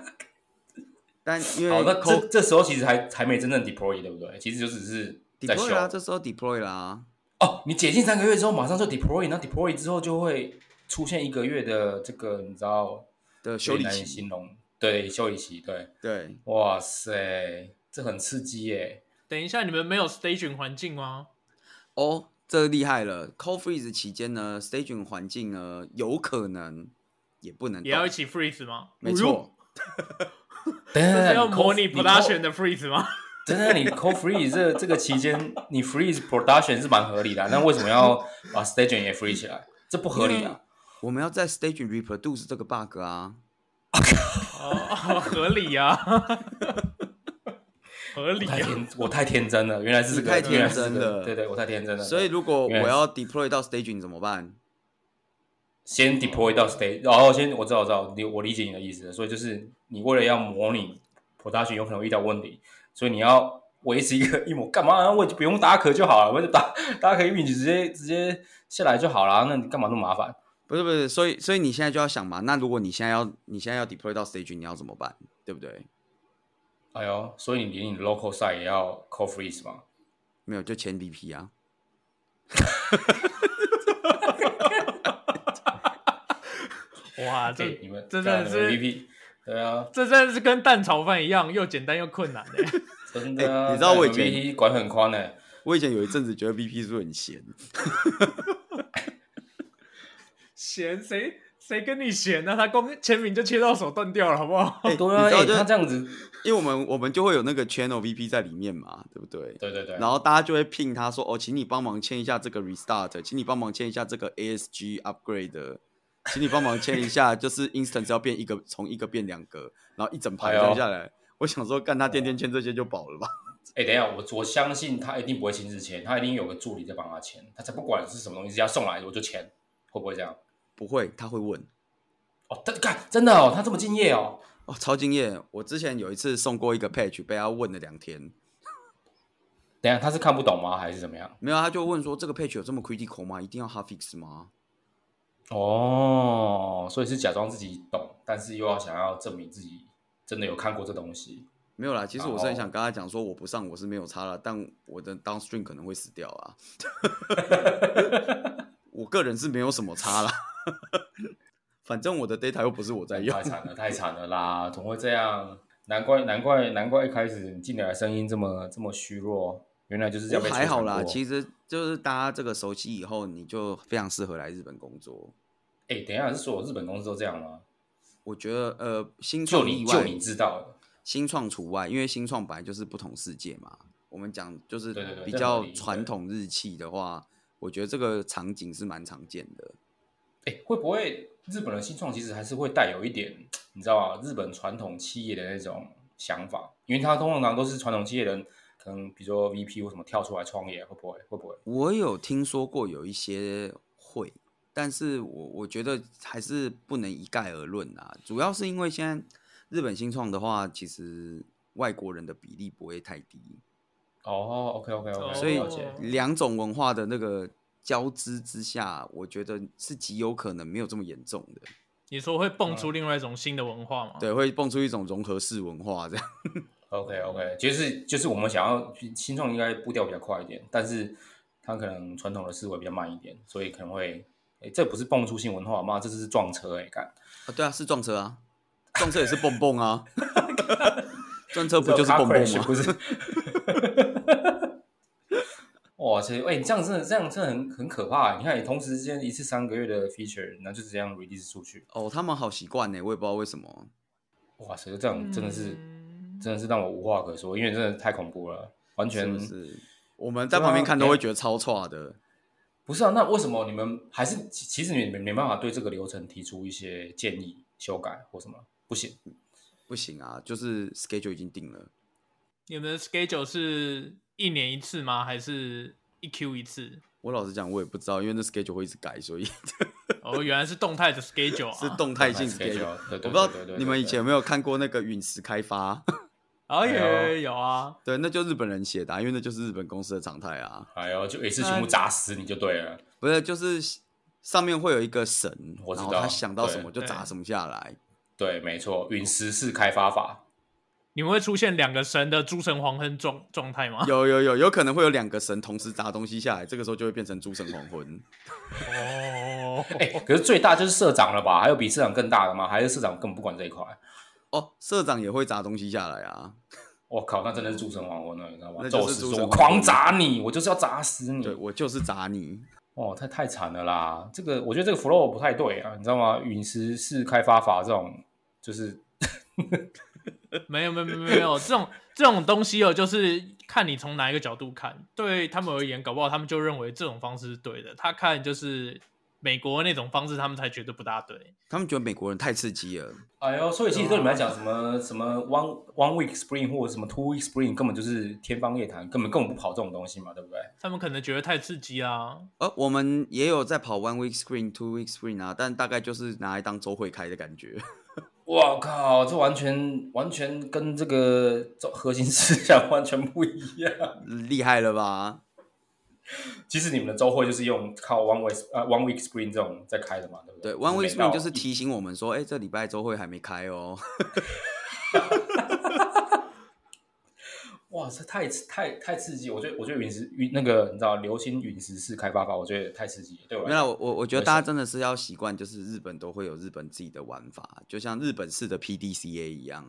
[SPEAKER 3] 但因为
[SPEAKER 1] 好，那
[SPEAKER 3] call
[SPEAKER 1] 这这时候其实还还没真正 deploy，对不对？其实就只是在修
[SPEAKER 3] deploy
[SPEAKER 2] 啊
[SPEAKER 3] 啦，这时候 deploy 啦，
[SPEAKER 1] 哦。你解禁三个月之后，马上就 deploy，那 deploy 之后就会出现一个月的这个你知道
[SPEAKER 3] 的修理
[SPEAKER 1] 难以
[SPEAKER 3] 期，
[SPEAKER 1] 形容，对修理期，对，
[SPEAKER 3] 对，
[SPEAKER 1] 哇塞，这很刺激耶！
[SPEAKER 2] 等一下，你们没有 staging 环境吗？
[SPEAKER 3] 哦，这厉害了。Call freeze 期间呢，staging 环境呢，有可能也不能
[SPEAKER 1] 嗯
[SPEAKER 2] 也要
[SPEAKER 3] 动
[SPEAKER 2] 一起 freeze 吗？
[SPEAKER 3] 没
[SPEAKER 2] 哎呦，
[SPEAKER 3] 错，
[SPEAKER 1] 等等
[SPEAKER 2] 这
[SPEAKER 1] 等，
[SPEAKER 2] 是要模
[SPEAKER 1] call-
[SPEAKER 2] 拟
[SPEAKER 1] 哎你
[SPEAKER 2] production
[SPEAKER 1] call-
[SPEAKER 2] 的 freeze 吗？
[SPEAKER 1] 等等，你 call freeze 这这个期间，你 freeze production 是蛮合理的啊、那为什么要把 staging 也 freeze 起来？这不合理
[SPEAKER 3] 因为
[SPEAKER 1] 啊！
[SPEAKER 3] 我们要在 staging reproduce 这个 bug 啊，
[SPEAKER 2] 哦，合理啊， 合理
[SPEAKER 1] 我太
[SPEAKER 2] 啊。
[SPEAKER 1] 天，我太天真了，原来是这个，
[SPEAKER 3] 你太天真
[SPEAKER 1] 原来是这个
[SPEAKER 3] 了
[SPEAKER 1] 对对，我太天真了。
[SPEAKER 3] 所以如果我
[SPEAKER 1] 原来是
[SPEAKER 3] 要 deploy 到 staging 怎么办？
[SPEAKER 1] 先 deploy 到 stage，然后先我知道，我知道，你我理解你的意思了。所以就是你为了要模拟 production 有可能会遇到问题，所以你要维持一个一模干嘛、啊？我就不用打壳就好了，我就打打壳一米就直接直接下来就好了。啊那你干嘛那么麻烦？
[SPEAKER 3] 不是不是，所以所以你现在就要想嘛，那如果你现在要你现在要 deploy 到 staging，你要怎么办？对不对？
[SPEAKER 1] 哎呦，所以你连你的 local site 也要 call freeze 吗？
[SPEAKER 3] 没有就签 VP 啊，
[SPEAKER 2] 哇，
[SPEAKER 1] 对、
[SPEAKER 2] 这
[SPEAKER 1] 哎你们
[SPEAKER 2] 这真的是
[SPEAKER 1] VP，对啊，
[SPEAKER 2] 这真的是跟蛋炒饭一样，又简单又困难欸的。
[SPEAKER 1] 真的啊、
[SPEAKER 3] 哎你知道我以前
[SPEAKER 1] VP 管很宽呢、欸
[SPEAKER 3] 我以前有一阵子觉得 VP 是不是很闲？
[SPEAKER 2] 闲谁谁跟你闲啊呢、他光签名就切到手断掉了，好不好？
[SPEAKER 3] 哎
[SPEAKER 1] 对啊，
[SPEAKER 3] 你知道
[SPEAKER 1] 哎
[SPEAKER 3] 就
[SPEAKER 1] 他这样子，
[SPEAKER 3] 因为我们我们就会有那个 channel VP 在里面嘛，对不对？
[SPEAKER 1] 对对对，
[SPEAKER 3] 然后大家就会聘他说：“哦，请你帮忙签一下这个 restart，请你帮忙签一下这个 ASG upgrade，请你帮忙签一 下，就是 instance 要变一个，从一个变两个，然后一整排
[SPEAKER 1] 哎呦啊
[SPEAKER 3] 签下来。我想说，干他天天签这些就饱了吧？
[SPEAKER 1] 哎、等一下，我我相信他一定不会亲自签，他一定有个助理在帮他签，他才不管是什么东西，只要送来我就签，会不会这样？
[SPEAKER 3] 不会，他会问。
[SPEAKER 1] 哦，他看真的哦，他这么敬业哦，
[SPEAKER 3] 哦，超敬业！我之前有一次送过一个 patch，被他问了两天，
[SPEAKER 1] 等一下他是看不懂吗，还是怎么样？
[SPEAKER 3] 没有，他就问说这个 patch 有这么 critical 吗？一定要 hard fix 吗？
[SPEAKER 1] 哦，所以是假装自己懂，但是又要想要证明自己真的有看过这东西。
[SPEAKER 3] 没有啦，其实我
[SPEAKER 1] 然
[SPEAKER 3] 是很
[SPEAKER 1] 后
[SPEAKER 3] 想跟他讲说，我不上我是没有差了，但我的 downstream 可能会死掉啊。 我个人是没有什么差啦， 反正我的 data 又不是 我在用
[SPEAKER 1] 太。惨了，太惨了啦！怎么会这样？难怪，难怪，难怪一开始你进来的声音这么这么虚弱，原来就是这样
[SPEAKER 3] 我
[SPEAKER 1] 被摧
[SPEAKER 3] 哦还好
[SPEAKER 1] 残
[SPEAKER 3] 啦，
[SPEAKER 1] 过
[SPEAKER 3] 其实就是大家这个熟悉以后，你就非常适合来日本工作。
[SPEAKER 1] 哎、等一下，是所有日本公司都这样吗？
[SPEAKER 3] 我觉得呃，新
[SPEAKER 1] 就
[SPEAKER 3] 创
[SPEAKER 1] 你
[SPEAKER 3] 例
[SPEAKER 1] 就
[SPEAKER 3] 外，
[SPEAKER 1] 你知道的，
[SPEAKER 3] 新创除外，因为新创本来就是不同世界嘛。我们讲就是
[SPEAKER 1] 对对对
[SPEAKER 3] 比
[SPEAKER 1] 这
[SPEAKER 3] 较
[SPEAKER 1] 合理
[SPEAKER 3] 传
[SPEAKER 1] 对
[SPEAKER 3] 统日系的话，我觉得这个场景是蛮常见的。
[SPEAKER 1] 哎，会不会日本的新创其实还是会带有一点，你知道吗？日本传统企业的那种想法，因为他通常都是传统企业人，可能比如说 VP 或什么跳出来创业，会不会？会不会？
[SPEAKER 3] 我有听说过有一些会，但是我我觉得还是不能一概而论啊。主要是因为现在日本新创的话，其实外国人的比例不会太低，
[SPEAKER 1] 哦，OK OK OK，
[SPEAKER 3] 所以
[SPEAKER 1] 了解。
[SPEAKER 3] 两种文化的那个交织之下，我觉得是极有可能没有这么严重的。
[SPEAKER 2] 你说会蹦出另外一种新的文化吗？，
[SPEAKER 3] 对，会蹦出一种融合式文化这样。
[SPEAKER 1] OK OK，就是就是我们想要新创应该步调比较快一点，但是它可能传统的思维比较慢一点，所以可能会，哎，这不是蹦出新文化吗？这是撞车哎、干，
[SPEAKER 3] 啊，对啊，是撞车啊，撞车也是蹦蹦啊，撞车不就是蹦
[SPEAKER 1] 这 car
[SPEAKER 3] 蹦
[SPEAKER 1] crash
[SPEAKER 3] 吗？
[SPEAKER 1] 不是？ 哇，其实哎、你这样真的这样真的很很可怕。欸你看，你同时之间一次三个月的 feature，然后就这样 release 出去，
[SPEAKER 3] 哦，他们好习惯呢，我也不知道为什么。
[SPEAKER 1] 哇塞，这样真的是、
[SPEAKER 2] 嗯
[SPEAKER 1] 真的是让我无话可说，因为真的太恐怖了，完
[SPEAKER 3] 是
[SPEAKER 1] 全
[SPEAKER 3] 不是？我们在旁边看都会觉得超差的。
[SPEAKER 1] 不是啊。那为什么你们还是其其实你们没办法对这个流程提出一些建议、修改或什么？不行，
[SPEAKER 3] 不行啊，就是 schedule 已经定了，
[SPEAKER 2] 你们的 schedule 是一年一次吗？还是一 Q 一次？
[SPEAKER 3] 我老实讲，我也不知道，因为那 schedule 会一直改，所以
[SPEAKER 2] 哦，原来是动态的 schedule 啊！
[SPEAKER 3] 是动态性
[SPEAKER 1] schedule，
[SPEAKER 3] schedule。
[SPEAKER 1] 对对
[SPEAKER 3] 我不知道
[SPEAKER 1] 对对对对
[SPEAKER 3] 你们以
[SPEAKER 1] 对
[SPEAKER 3] 前有没有看过那个陨石开发，
[SPEAKER 2] 哦
[SPEAKER 1] 哎呦
[SPEAKER 2] 也有啊，
[SPEAKER 3] 对，那就日本人写的啊、因为那就是日本公司的常态啊。
[SPEAKER 1] 哎呦，就一次全部砸死你就对了。
[SPEAKER 3] 不是，就是上面会有一个神，
[SPEAKER 1] 我知
[SPEAKER 3] 然后
[SPEAKER 1] 道
[SPEAKER 3] 他想到
[SPEAKER 1] 对
[SPEAKER 3] 什么就
[SPEAKER 2] 对
[SPEAKER 3] 砸什么下来。
[SPEAKER 1] 对，没错，陨石式开发法，
[SPEAKER 2] 你们会出现两个神的诸神黄昏状状态吗？
[SPEAKER 3] 有有有，有可能会有两个神同时砸东西下来，这个时候就会变成诸神黄昏。
[SPEAKER 2] 哦，
[SPEAKER 1] 哎、可是最大就是社长了吧？还有比社长更大的吗？还是社长根本不管这一块？
[SPEAKER 3] 哦，社长也会砸东西下来啊。
[SPEAKER 1] 我靠，那真的是诸神黄昏了，你知道吗？
[SPEAKER 3] 那就
[SPEAKER 1] 宙
[SPEAKER 3] 是
[SPEAKER 1] 斯
[SPEAKER 3] 诸
[SPEAKER 1] 说：“
[SPEAKER 3] 神
[SPEAKER 1] 我
[SPEAKER 3] 黄昏
[SPEAKER 1] 狂砸你，我就是要砸死你。
[SPEAKER 3] 对，”我就是砸你。
[SPEAKER 1] 哦，太太惨了啦！这个我觉得这个 flow 不太对啊，你知道吗？陨石式开发法这种就是
[SPEAKER 2] 没有没有没有没有，这种这种东西哦，就是看你从哪一个角度看。对他们而言，搞不好他们就认为这种方式是对的。他看就是美国那种方式，他们才觉得不大对。
[SPEAKER 3] 他们觉得美国人太刺激了，
[SPEAKER 1] 哎呦，所以其实对你们来讲，什么什么 one one week spring 或者什么 two week spring，根本就是天方夜谭，根本根本不跑这种东西嘛，对不对？
[SPEAKER 2] 他们可能觉得太刺激啊啦。
[SPEAKER 3] 呃，我们也有在跑 one week screen、two week screen 啊，但大概就是拿来当周会开的感觉。
[SPEAKER 1] 我靠，这完全完全跟这个核心思想 完全不一样。
[SPEAKER 3] 厉害了吧？
[SPEAKER 1] 其实你们的周会就是用靠 one week 呃 one week spring 这种在开的嘛，对不
[SPEAKER 3] 对
[SPEAKER 1] 对
[SPEAKER 3] ，One Week
[SPEAKER 1] 每到
[SPEAKER 3] Spring 就是提醒我们说，哎、这礼拜周会还没开哦。
[SPEAKER 1] 哇，这太太太刺激！我觉得我觉得陨石陨那个你知道流星陨石式开发法，我觉得太刺激了，对我
[SPEAKER 3] 没
[SPEAKER 1] 来
[SPEAKER 3] 有啦，
[SPEAKER 1] 讲
[SPEAKER 3] 我我我觉得
[SPEAKER 1] 没事
[SPEAKER 3] 大家真的是要习惯，就是日本都会有日本自己的玩法，就像日本式的 PDCA 一样。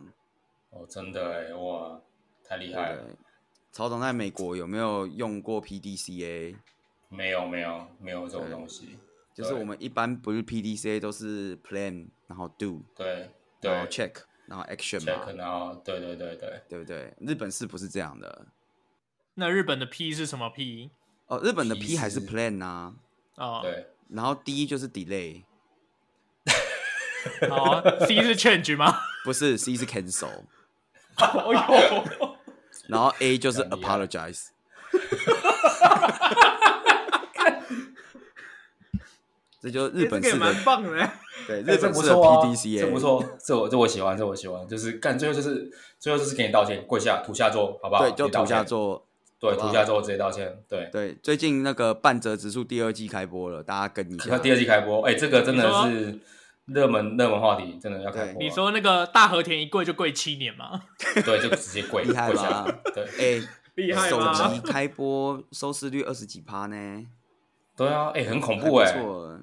[SPEAKER 1] 哦，真的哎、哇，太厉
[SPEAKER 3] 对
[SPEAKER 1] 害
[SPEAKER 3] 不
[SPEAKER 1] 了！
[SPEAKER 3] 对，曹总在美国有没有用过 PDCA？
[SPEAKER 1] 没有没有没有这种东西，
[SPEAKER 3] 就是
[SPEAKER 1] 对
[SPEAKER 3] 我们一般不是 PDCA 都是 Plan，然后 Do，
[SPEAKER 1] 对对
[SPEAKER 3] 然后 Check，然后 Action 嘛
[SPEAKER 1] check，，然后对对对对，
[SPEAKER 3] 对不对？日本是不是这样的？
[SPEAKER 2] 那日本的 P 是什么 P
[SPEAKER 3] 哦，日本的
[SPEAKER 1] P
[SPEAKER 3] P 还是
[SPEAKER 1] 是
[SPEAKER 3] Plan 啊，
[SPEAKER 2] 啊？
[SPEAKER 1] 对，
[SPEAKER 3] 然后 D 就是 Delay，
[SPEAKER 2] 好啊，C 是 change 吗？
[SPEAKER 3] 不是 C 是 Cancel，
[SPEAKER 2] 哦呦，
[SPEAKER 3] 然后 A 就是
[SPEAKER 1] 很厉害
[SPEAKER 3] Apologize。这就是日
[SPEAKER 2] 哎这
[SPEAKER 3] 本
[SPEAKER 2] 个
[SPEAKER 3] 式
[SPEAKER 2] 也蛮
[SPEAKER 3] 的，
[SPEAKER 2] 棒的。
[SPEAKER 3] 对
[SPEAKER 1] 哎
[SPEAKER 3] 日
[SPEAKER 1] 这
[SPEAKER 3] 本
[SPEAKER 1] 不
[SPEAKER 3] 式的
[SPEAKER 1] 错啊，
[SPEAKER 3] PDCA，
[SPEAKER 1] 这不错，这我这我喜欢，这我喜欢，就是干最后就是最后就是给你道歉，跪下土下座，好不好？
[SPEAKER 3] 对，就
[SPEAKER 1] 你道
[SPEAKER 3] 土
[SPEAKER 1] 歉
[SPEAKER 3] 下，座。
[SPEAKER 1] 对
[SPEAKER 3] 好不好
[SPEAKER 1] 土下座直接道歉，对。
[SPEAKER 3] 对，最近那个半泽直树第二季开播了，大家跟一下
[SPEAKER 1] 那。第二季开播，哎、这个真的
[SPEAKER 2] 你说
[SPEAKER 1] 是热门热门话题，真的要开播了。啊
[SPEAKER 2] 你说那个大和田一跪就跪七年吗？
[SPEAKER 1] 对，就直接跪
[SPEAKER 3] 厉害
[SPEAKER 1] 跪下
[SPEAKER 3] 吧
[SPEAKER 1] 来，对。
[SPEAKER 3] 哎，
[SPEAKER 2] 厉
[SPEAKER 3] 手机开播收视率二十几趴呢，
[SPEAKER 1] 对啊，哎、很恐
[SPEAKER 3] 还
[SPEAKER 1] 怖哎、
[SPEAKER 3] 不错。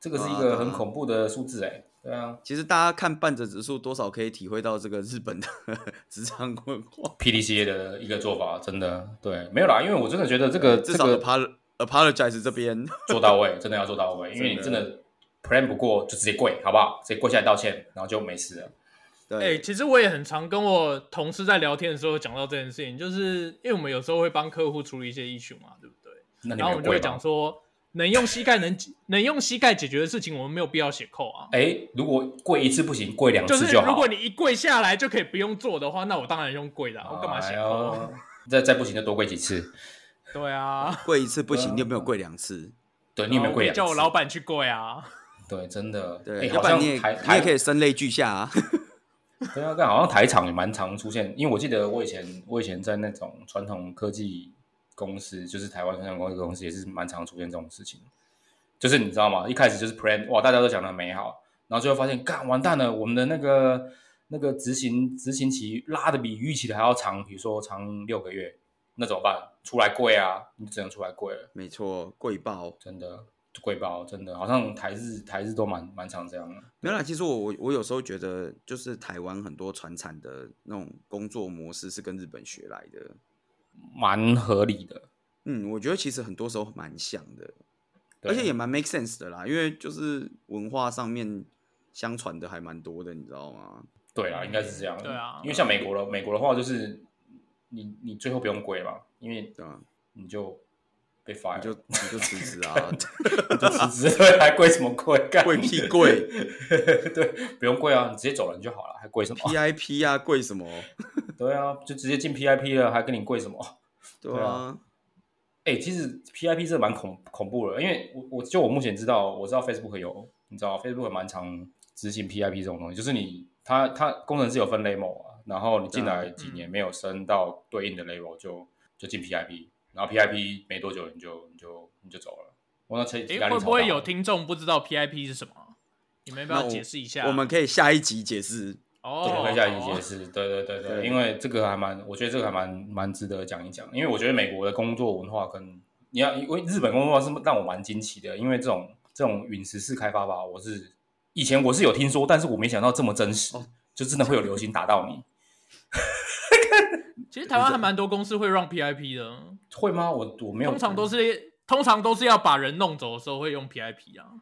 [SPEAKER 1] 这个是一
[SPEAKER 3] 对啊
[SPEAKER 1] 个很恐怖的数字哎、对啊
[SPEAKER 3] 其实大家看半泽直树，多少可以体会到这个日本的 职场文化。
[SPEAKER 1] ，PDCA 的一个做法，真的对，没有啦，因为我真的觉得这个
[SPEAKER 3] 至
[SPEAKER 1] 呃这
[SPEAKER 3] 少
[SPEAKER 1] 个
[SPEAKER 3] apol apologize 这边，
[SPEAKER 1] 做到位，真的要做到 位，因为你
[SPEAKER 3] 真
[SPEAKER 1] 真
[SPEAKER 3] 的
[SPEAKER 1] 的 plan 不过就直接跪，好不好？直接跪下来道歉，然后就没事了。
[SPEAKER 2] 哎、
[SPEAKER 3] 对，
[SPEAKER 2] 其实我也很常跟我同事在聊天的时候讲到这件事情，就是因为我们有时候会帮客户处理一些 issue 嘛，对不对？
[SPEAKER 1] 那你
[SPEAKER 2] 然
[SPEAKER 1] 们有
[SPEAKER 2] 后我们就会
[SPEAKER 1] 跪
[SPEAKER 2] 讲
[SPEAKER 1] 吗？
[SPEAKER 2] 说，能用膝盖能能用膝盖解决的事情，我们没有必要写扣啊。
[SPEAKER 1] 哎、如果跪一次不行，跪两
[SPEAKER 2] 就
[SPEAKER 1] 次
[SPEAKER 2] 是
[SPEAKER 1] 好。
[SPEAKER 2] 如果你一跪下来就可以不用做的话，那我当然用跪的、啊，我干嘛
[SPEAKER 1] 哎
[SPEAKER 2] 写扣、
[SPEAKER 1] 呦再再不行就多跪几次。
[SPEAKER 2] 对啊，
[SPEAKER 3] 跪一次不行，你有没有跪两次？
[SPEAKER 1] 对，你有没有跪啊
[SPEAKER 2] 然后我可以
[SPEAKER 1] 两次？
[SPEAKER 2] 哦叫我老板去跪啊？
[SPEAKER 1] 对，真的，
[SPEAKER 3] 对，
[SPEAKER 1] 哎
[SPEAKER 3] 要
[SPEAKER 1] 好
[SPEAKER 3] 不然
[SPEAKER 1] 像
[SPEAKER 3] 你也
[SPEAKER 1] 台
[SPEAKER 3] 你也
[SPEAKER 1] 台
[SPEAKER 3] 可以声泪俱下啊。
[SPEAKER 1] 对啊，但好像台场也蛮常出现，因为我记得我以前我以前在那种传统科技公司，就是台湾传统科技公司也是蛮常出现这种事情。就是你知道吗？一开始就是 plan，哇，大家都讲的美好，然后最后发现，干完蛋了，我们的那个那个执行执行期拉的比预期的还要长，比如说长六个月，那怎么办？出来跪啊，你只能出来跪了，
[SPEAKER 3] 没错，跪爆。
[SPEAKER 1] 真的跪爆，真的好像台日台日都蛮蛮常这样的。
[SPEAKER 3] 没有啦，其实我我我有时候觉得，就是台湾很多传产的那种工作模式是跟日本学来的。
[SPEAKER 1] 蛮合理的，
[SPEAKER 3] 嗯，我觉得其实很多时候蛮像的，
[SPEAKER 1] 对
[SPEAKER 3] 而且也蛮 make sense 的啦，因为就是文化上面相传的还蛮多的，你知道吗？
[SPEAKER 1] 对啊，应该是这样。
[SPEAKER 2] 对啊
[SPEAKER 1] 因为像美国了，美国的话就是你你最后不用跪嘛，因为
[SPEAKER 3] 对吧？
[SPEAKER 1] 你就被 fire，
[SPEAKER 3] 你就你就辞职啊，
[SPEAKER 1] 你就辞职，对，还跪什么 跪？干
[SPEAKER 3] 跪屁跪
[SPEAKER 1] 对，不用跪啊，你直接走人就好了，还跪 什么？
[SPEAKER 3] ，PIP 啊，跪什么？
[SPEAKER 1] 对啊，就直接进 PIP 了，还跟你跪什么？
[SPEAKER 3] 对
[SPEAKER 1] 对
[SPEAKER 3] 啊
[SPEAKER 1] 啊，哎、其实 PIP 这蛮恐恐怖的，因为我我就我目前知道，我知道 Facebook 有，你知道 Facebook 蛮常执行 PIP 这种东西，就是你它它工程师有分 l a m o 啊，然后你进来
[SPEAKER 2] 嗯
[SPEAKER 1] 几年没有升到对应的 level，就就进 PIP，然后 PIP 没多久你就你就你就走了。我那前
[SPEAKER 2] 诶，会不会有听众不知道 PIP 是什么？你们要不
[SPEAKER 3] 那
[SPEAKER 2] 要
[SPEAKER 3] 我
[SPEAKER 2] 解释一下？
[SPEAKER 3] 我们可以下一集解释。
[SPEAKER 1] 对，
[SPEAKER 2] 哦，
[SPEAKER 1] 会下一解释，对对对对，
[SPEAKER 3] 对
[SPEAKER 1] 因为这个还蛮，我觉得这个还蛮蛮值得讲一讲，因为我觉得美国的工作文化跟你要，因为日本工作文化是让我蛮惊奇的，因为这种这种陨石式开发吧，我是以前我是有听说，但是我没想到这么真实，就真的会有流星打到你，
[SPEAKER 2] 其实台湾还蛮多公司会让 PIP 的，
[SPEAKER 1] 会吗？我我没有，嗯
[SPEAKER 2] 通常都是通常都是要把人弄走的时候会用 PIP 啊。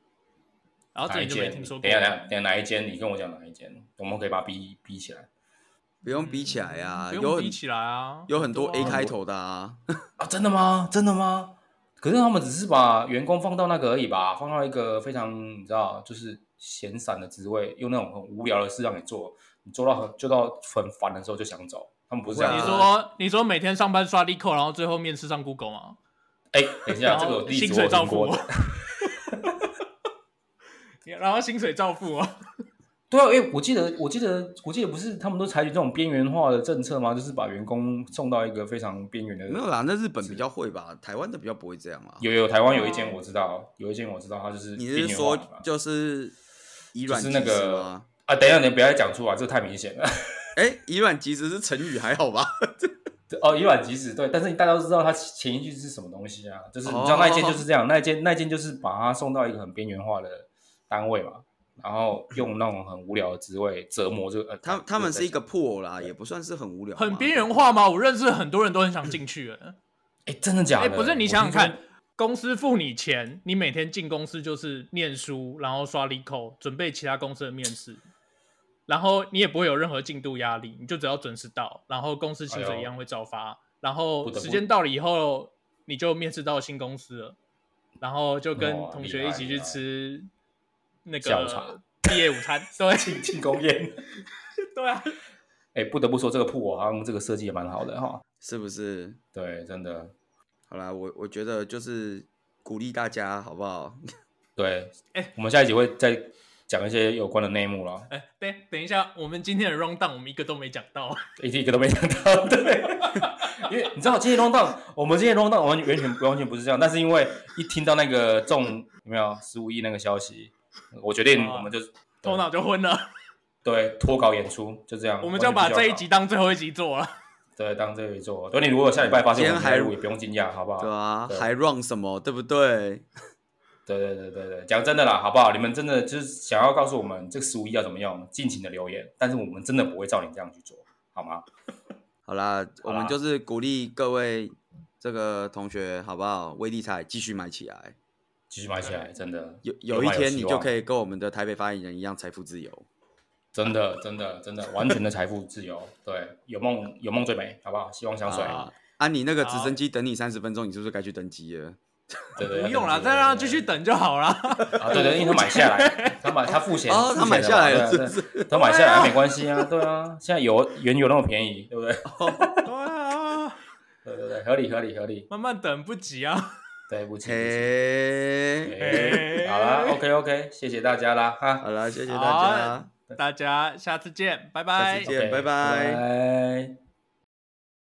[SPEAKER 2] 然后
[SPEAKER 1] 哪
[SPEAKER 2] 这
[SPEAKER 1] 一
[SPEAKER 2] 里就没
[SPEAKER 1] 间？
[SPEAKER 2] 听说过
[SPEAKER 1] 等一。下等一下等一下哪一间？你跟我讲哪一间，我们可以把它逼逼起来
[SPEAKER 3] 不用比起来啊，
[SPEAKER 2] 不
[SPEAKER 3] 有
[SPEAKER 2] 用
[SPEAKER 3] 很
[SPEAKER 2] 比起来啊，
[SPEAKER 3] 有很多 A
[SPEAKER 2] 啊
[SPEAKER 3] 开头的啊，
[SPEAKER 1] 啊？真的吗？真的吗？可是他们只是把员工放到那个而已吧，放到一个非常你知道，就是闲散的职位，用那种很无聊的事让你做，你做到很就到很烦的时候就想走。他们不是这样
[SPEAKER 3] 会
[SPEAKER 2] 你
[SPEAKER 3] 啊
[SPEAKER 1] 子。
[SPEAKER 2] 说你说每天上班刷 l i c o 然后最后面试上 Google 吗？
[SPEAKER 1] 哎、等一下，
[SPEAKER 2] 然
[SPEAKER 1] 这个
[SPEAKER 2] 后
[SPEAKER 1] 例子
[SPEAKER 2] 哦
[SPEAKER 1] 我
[SPEAKER 2] 薪
[SPEAKER 1] 有
[SPEAKER 2] 水照
[SPEAKER 1] 听
[SPEAKER 2] 付
[SPEAKER 1] 过
[SPEAKER 2] 我
[SPEAKER 1] 的。。
[SPEAKER 2] 然后薪水照付啊，
[SPEAKER 1] 对啊，哎、我记得，我记得，我记得不是他们都采取这种边缘化的政策吗？就是把员工送到一个非常边缘的。
[SPEAKER 3] 没有啊啦，那日本比较会吧，台湾的比较不会这样啊。
[SPEAKER 1] 有有台湾有一间我知道，有一间我知道，它就是
[SPEAKER 3] 你
[SPEAKER 1] 边缘
[SPEAKER 3] 是说
[SPEAKER 1] 化嘛
[SPEAKER 3] 就是以
[SPEAKER 1] 就
[SPEAKER 3] 卵
[SPEAKER 1] 是
[SPEAKER 3] 击
[SPEAKER 1] 那
[SPEAKER 3] 石
[SPEAKER 1] 个
[SPEAKER 3] 吗？
[SPEAKER 1] 啊，等一下，你不要再讲出来，这个太明显了。
[SPEAKER 3] 哎，以卵击石是成语，还好吧？
[SPEAKER 1] 哦，以卵击石，对，但是大家都知道它前一句是什么东西啊？就是你知道那一间就是
[SPEAKER 3] 哦
[SPEAKER 1] 这样，那一间那一间就是把它送到一个很边缘化的单位嘛，然后用那种很无聊的职位折磨这个。呃
[SPEAKER 3] 他他们是一，个
[SPEAKER 1] 这
[SPEAKER 3] poor 啦，也不算是很无聊嘛，
[SPEAKER 2] 很边缘化吗？我认识很多人都很想进去。哎
[SPEAKER 1] 哎，真的假
[SPEAKER 2] 哎，
[SPEAKER 1] 的？
[SPEAKER 2] 不是，你
[SPEAKER 1] 我
[SPEAKER 2] 想想
[SPEAKER 1] 听
[SPEAKER 2] 看，公司付你钱，你每天进公司就是念书，然后刷 l i c o 准备其他公司的面试，然后你也不会有任何进度压力，你就只要准时到，然后公司薪
[SPEAKER 1] 哎
[SPEAKER 2] 水
[SPEAKER 1] 呦
[SPEAKER 2] 一样会照发，然
[SPEAKER 1] 不
[SPEAKER 2] 后
[SPEAKER 1] 得不
[SPEAKER 2] 时间到了以后，你就面试到新公司了，然后就跟
[SPEAKER 1] 哇
[SPEAKER 2] 同
[SPEAKER 1] 厉
[SPEAKER 2] 学
[SPEAKER 1] 害
[SPEAKER 2] 一起
[SPEAKER 1] 厉
[SPEAKER 2] 去
[SPEAKER 1] 害
[SPEAKER 2] 吃那
[SPEAKER 1] 下午茶
[SPEAKER 2] 个毕业午餐， 对
[SPEAKER 1] 说庆庆功宴。
[SPEAKER 2] 对啊，
[SPEAKER 1] 哎，不得不说，这个铺我好像这个设计也蛮好的哈。
[SPEAKER 3] 是不是？
[SPEAKER 1] 对，真的，
[SPEAKER 3] 好啦，我我觉得就是鼓励大家，好不好？
[SPEAKER 1] 对。
[SPEAKER 2] 哎，
[SPEAKER 1] 我们下一集会再讲一些有关的内幕了，
[SPEAKER 2] 哎，等等一下，我们今天的 round down 我们一个都没讲到，
[SPEAKER 1] 一个一个都没讲到。对，因为你知道今天 round down，我们今天 round down 完全完全完全不是这样，但是因为一听到那个中有没有十五亿那个消息，我决定
[SPEAKER 2] 啊
[SPEAKER 1] 我们就
[SPEAKER 2] 头脑就昏了，
[SPEAKER 1] 对脱稿演出，就这样。
[SPEAKER 2] 我们
[SPEAKER 1] 就
[SPEAKER 2] 就把这一集当最后一集做了。
[SPEAKER 1] 对当这一做。等你如果下礼拜发现
[SPEAKER 3] 今天
[SPEAKER 1] 我们还
[SPEAKER 3] 还
[SPEAKER 1] 录，也不用惊讶，好不好？
[SPEAKER 3] 对啊
[SPEAKER 1] 对，
[SPEAKER 3] 还 run 什么，对不对？
[SPEAKER 1] 对对对对对，讲真的啦，好不好？你们真的就是想要告诉我们这个十五亿要怎么用，尽情的留言，但是我们真的不会照你这样去做，好吗？
[SPEAKER 3] 好啦，我
[SPEAKER 1] 好啦
[SPEAKER 3] 们就是鼓励各位这个同学，好不好？微理财继续买起来，
[SPEAKER 1] 继续买起来，真的
[SPEAKER 3] 有有一天你就
[SPEAKER 1] 以。
[SPEAKER 3] 可以跟我们的台北发言人一样财富自由。
[SPEAKER 1] 真的，真的，真的，完全的财富自由。 对，有梦有梦最美，好不好？希望相随。
[SPEAKER 3] 啊，啊，你那个直
[SPEAKER 2] 好
[SPEAKER 3] 升机等你三十分钟，你是不是该去登机了？
[SPEAKER 1] 对对，
[SPEAKER 2] 不用了，再让他继续等就好了。
[SPEAKER 1] 啊！对对，因为他买下来，他买他付钱，
[SPEAKER 3] 哦
[SPEAKER 1] 付钱
[SPEAKER 3] 他买下来了
[SPEAKER 1] 对啊对啊他买下来没关系啊，对啊，现在油原油那么便宜，对不对？
[SPEAKER 2] 对啊，
[SPEAKER 1] 对对对，合理合理合理，
[SPEAKER 2] 慢慢等不急啊。
[SPEAKER 1] 对不起。不起
[SPEAKER 3] 嘿，
[SPEAKER 1] 哎好啦 o k OK，谢谢大家啦，哈，
[SPEAKER 3] 好啦，谢谢
[SPEAKER 2] 好
[SPEAKER 3] 大家，
[SPEAKER 2] 大家下次见，拜
[SPEAKER 3] 下
[SPEAKER 2] 拜
[SPEAKER 3] 次。见，
[SPEAKER 1] OK，
[SPEAKER 3] 拜拜
[SPEAKER 1] 拜拜